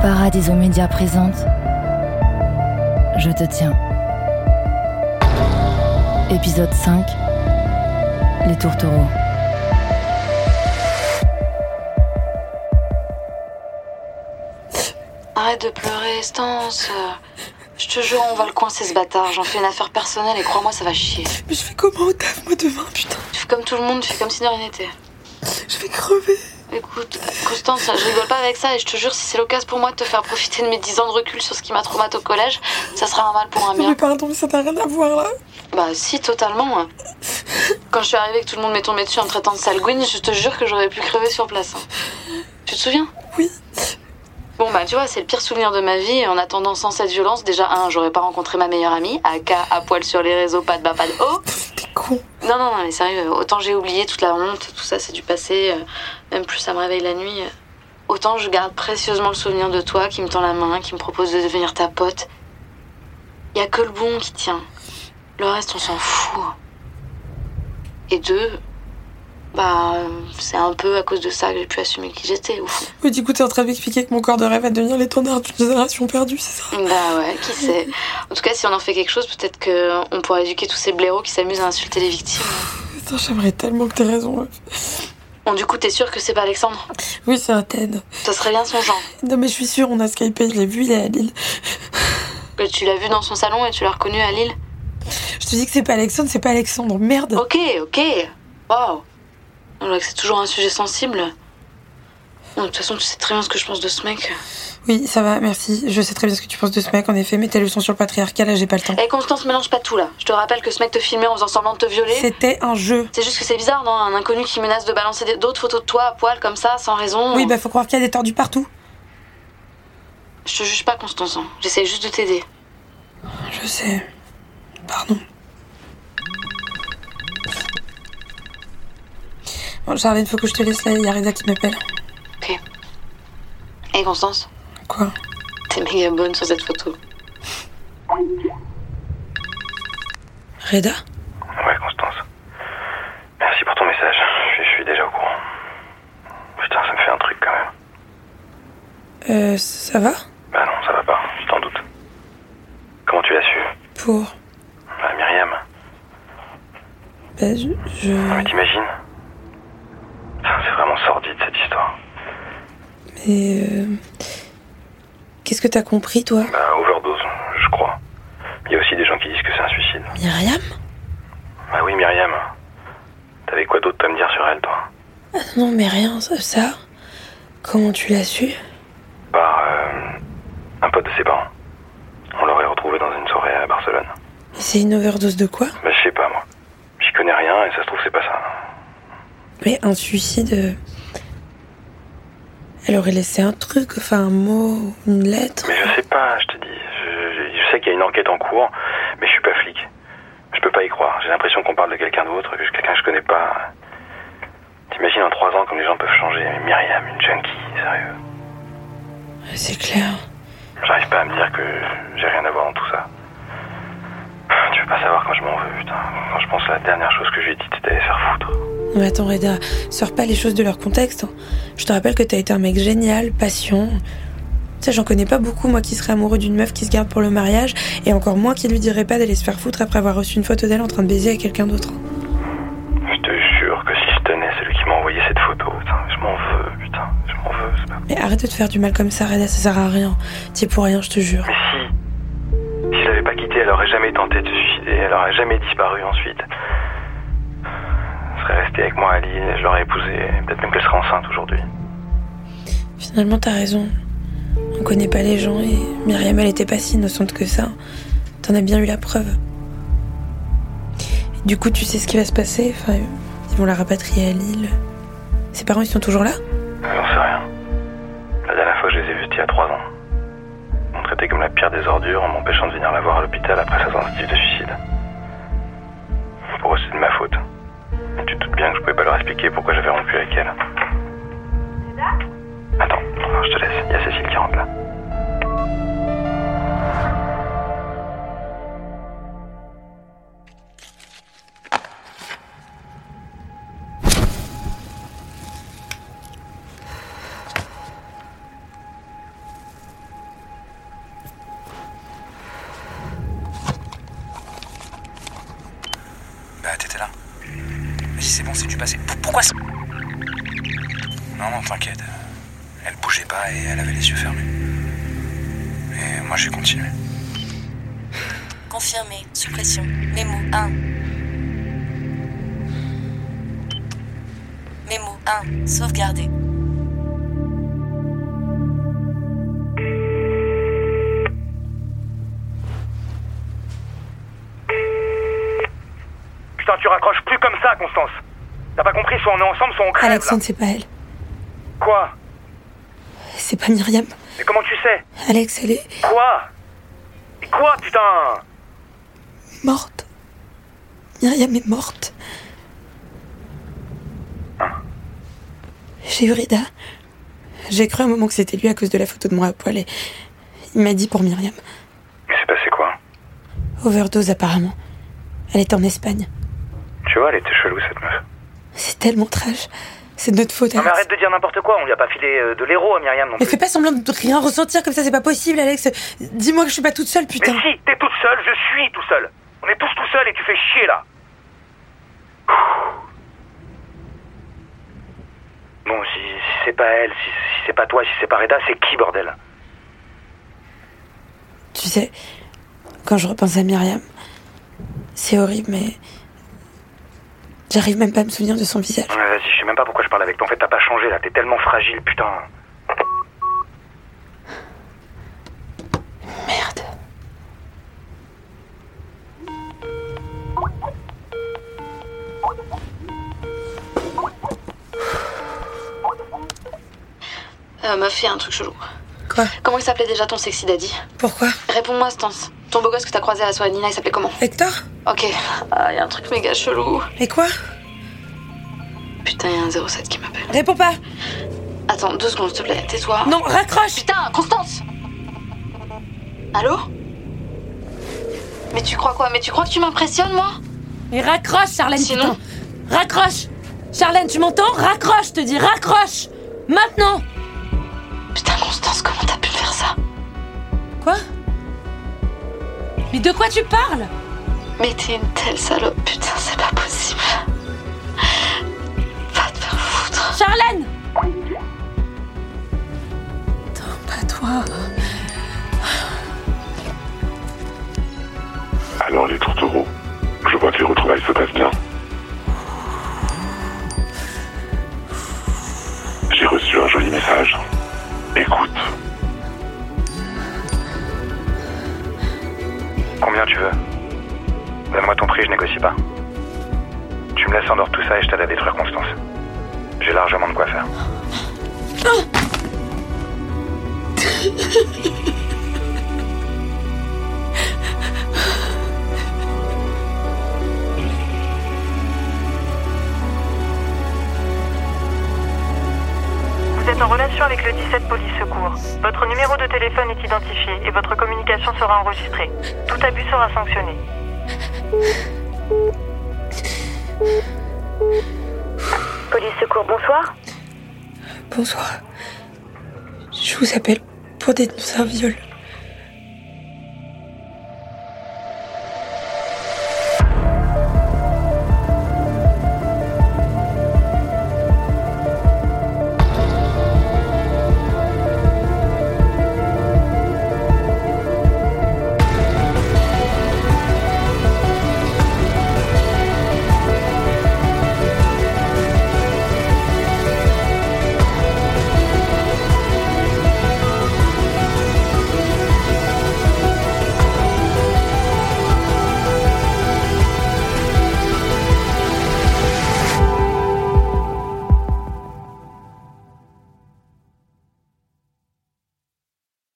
Paradiso Média présente Je te tiens. Épisode 5 Les tourtereaux. Arrête de pleurer, Stance. Je te jure, on va le coincer ce bâtard. J'en fais une affaire personnelle et crois-moi, ça va chier. Mais je fais comment au taf, moi, demain, putain Tu fais comme tout le monde, tu fais comme si de rien n'était. Je vais crever. Écoute, Constance, je rigole pas avec ça et je te jure, si c'est l'occasion pour moi de te faire profiter de mes 10 ans de recul sur ce qui m'a traumatisé au collège, ça sera un mal pour un Non, bien. mais pardon, mais ça n'a rien à voir, là. Bah, si, totalement. Quand je suis arrivée et que tout le monde m'est tombé dessus en me traitant de salguine, je te jure que j'aurais pu crever sur place. hein. Tu te souviens Oui. Bon, bah, tu vois, c'est le pire souvenir de ma vie et en attendant sans cette violence, déjà, un, j'aurais pas rencontré ma meilleure amie, aka à poil sur les réseaux, pas de bas, pas de haut. T'es con. Non, non, non, mais sérieux, autant j'ai oublié toute la honte, tout ça, c'est du passé, euh, même plus ça me réveille la nuit. euh, Autant je garde précieusement le souvenir de toi qui me tend la main, qui me propose de devenir ta pote. Y a que le bon qui tient. Le reste, on s'en fout. Et deux, bah, euh, c'est un peu à cause de ça que j'ai pu assumer qui j'étais, au fond. Oui, du coup, t'es en train de m'expliquer que mon corps de rêve va devenir l'étendard d'une génération perdue, c'est ça Bah ouais, qui sait. En tout cas, si on en fait quelque chose, peut-être que on pourra éduquer tous ces blaireaux qui s'amusent à insulter les victimes. Putain, j'aimerais tellement que t'aies raison. meuf. Bon, du coup, t'es sûr que c'est pas Alexandre Oui, c'est un TED. Ça serait bien son genre. Non, mais je suis sûre, on a Skype, je l'ai vu, il est à Lille. Que Bah, tu l'as vu dans son salon et tu l'as reconnu à Lille Je te dis que c'est pas Alexandre, c'est pas Alexandre, merde. Ok, ok. Waouh. On voit que c'est toujours un sujet sensible. Bon, de toute façon, tu sais très bien ce que je pense de ce mec. Oui, ça va, merci. Je sais très bien ce que tu penses de ce mec, en effet, mais tes leçons sur le patriarcat, là, j'ai pas le temps. Eh Constance, mélange pas tout là. Je te rappelle que ce mec te filmait en faisant semblant de te violer. C'était un jeu. C'est juste que c'est bizarre, non Un inconnu qui menace de balancer des- d'autres photos de toi à poil comme ça, sans raison. Oui, bah faut croire qu'il y a des tordus partout. Je te juge pas, Constance. hein. J'essaie juste de t'aider. Je sais. Pardon. Bon, Jarvin, faut que je te laisse là, il y a Reda qui m'appelle. Ok. Eh Constance, Quoi t'es méga bonne sur cette photo. Reda Ouais, Constance. Merci pour ton message. Je suis, je suis déjà au courant. Putain, ça me fait un truc quand même. Euh, ça va Bah non, ça va pas, je t'en doute. Comment tu l'as su Pour. Ah, Myriam. Bah, je. Non, mais je- t'imagines Putain, C'est vraiment sordide cette histoire. Mais. euh, Qu'est-ce que t'as compris, toi Bah, overdose, je crois. Il y a aussi des gens qui disent que c'est un suicide. Myriam Bah oui, Myriam. T'avais quoi d'autre à me dire sur elle, toi Ah non, mais rien, ça. ça. Comment tu l'as su Par euh, un pote de ses parents. On l'aurait retrouvé dans une soirée à Barcelone. C'est une overdose de quoi Bah, je sais pas, moi. J'y connais rien et ça se trouve, c'est pas ça. Mais un suicide. euh, Elle aurait laissé un truc, enfin un mot, une lettre. Mais je sais pas, je te dis. Je, je- je sais qu'il y a une enquête en cours, mais je suis pas flic. Je peux pas y croire. J'ai l'impression qu'on parle de quelqu'un d'autre, que je- quelqu'un que je connais pas. T'imagines en trois ans comme les gens peuvent changer. Mais Myriam, une junkie, sérieux. C'est clair. J'arrive pas à me dire que j'ai rien à voir dans tout ça. Tu veux pas savoir quand je m'en veux, putain. Quand je pense à la dernière chose que j'ai dit, c'était d'aller se faire foutre. Non, Mais attends, Reda, sors pas les choses de leur contexte. hein. Je te rappelle que t'as été un mec génial, patient. Tu sais, j'en connais pas beaucoup, moi, qui serais amoureux d'une meuf qui se garde pour le mariage, et encore moins qui lui dirait pas d'aller se faire foutre après avoir reçu une photo d'elle en train de baiser avec quelqu'un d'autre. hein. Je te jure que si je tenais celui qui m'a envoyé cette photo, putain, je m'en veux, putain. Je m'en veux, c'est pas Mais arrête de te faire du mal comme ça, Reda, ça sert à rien. T'y es pour rien, je te jure. Mais si, si je l'avais pas quitté, elle aurait jamais tenté de se suicider, elle aurait jamais disparu ensuite. Elle serait restée avec moi à Lille, je l'aurais épousée, et peut-être même qu'elle serait enceinte aujourd'hui. Finalement, t'as raison. On connaît pas les gens, et Myriam, elle était pas si innocente que ça. T'en as bien eu la preuve. Et du coup, tu sais ce qui va se passer Enfin, ils vont la rapatrier à Lille. Ses parents, ils sont toujours là Mais j'en sais rien. La dernière fois que je les ai vus, c'était il y a trois ans. Ils m'ont traité comme la pire des ordures en m'empêchant de venir la voir à l'hôpital après sa tentative de suicide. Pour eux, c'est de ma faute. Et tu te doutes bien que je pouvais pas leur expliquer pourquoi j'avais rompu avec elle. Attends, je te laisse, il y a Cécile qui rentre là. Bah, passé Pourquoi ça Non, non, t'inquiète. Elle bougeait pas et elle avait les yeux fermés. Et moi, j'ai continué. Confirmé. Suppression. Mémo 1. Mémo 1. Sauvegarder. Putain, tu raccroches plus comme ça, Constance. T'as pas compris, soit on est ensemble, soit on crève. Alexandre, là. c'est pas elle. Quoi C'est pas Myriam. Mais comment tu sais Alex, elle est Quoi Et quoi, putain morte. Myriam est morte. J'ai eu Rida. J'ai cru un moment que c'était lui à cause de la photo de moi à poil et il m'a dit pour Myriam. Il s'est passé quoi Overdose apparemment. Elle est en Espagne. Tu vois, elle était chelou, cette meuf. C'est tellement trash. C'est de notre faute, Non, mais Alex. arrête de dire n'importe quoi, on lui a pas filé euh, de l'héros à Myriam non Mais plus. fais pas semblant de rien ressentir comme ça, c'est pas possible, Alex. Dis-moi que je suis pas toute seule, Mais putain. si, t'es toute seule, je suis tout seul. On est tous tout seuls et tu fais chier là. Bon, si, si c'est pas elle, si, si c'est pas toi, si c'est pas Reda, c'est qui bordel Tu sais, quand je repense à Myriam, c'est horrible, mais. J'arrive même pas à me souvenir de son visage. Ouais, Vas-y, je sais même pas pourquoi je parle avec toi. En fait, t'as pas changé là, t'es tellement fragile, putain. Merde. Euh, meuf, il y a un truc chelou. Quoi Comment il s'appelait déjà ton sexy daddy Pourquoi Réponds-moi, Stance. Ton beau gosse que t'as croisé à la soirée de Nina, il s'appelait comment Hector Ok. Ah, il y a un truc méga chelou. Et quoi Putain, il y a un 07 qui m'appelle. Réponds pas Attends, deux secondes, s'il te plaît, tais-toi. Non, raccroche Putain, Constance Allô Mais tu crois quoi Mais tu crois que tu m'impressionnes, moi Mais raccroche, Charlène, Sinon- putain Raccroche Charlène, tu m'entends Raccroche, je te dis, raccroche Maintenant Putain, Constance, comment t'as pu me faire ça Quoi Mais de quoi tu parles Mais t'es une telle salope, putain, c'est pas possible. Va te faire foutre. Charlène Pas toi. Alors les tourtereaux, je vois que les retrouvailles se passent bien. J'ai reçu un joli message. Écoute, Combien tu veux Donne-moi ton prix, je négocie pas. Tu me laisses endormir tout ça et je t'aide à détruire Constance. J'ai largement de quoi faire. Vous êtes en relation avec le 17 Police Secours. Votre numéro de téléphone est identifié et votre communication sera enregistrée. Tout abus sera sanctionné. Police secours, bonsoir. Bonsoir. Je vous appelle pour dénoncer un viol.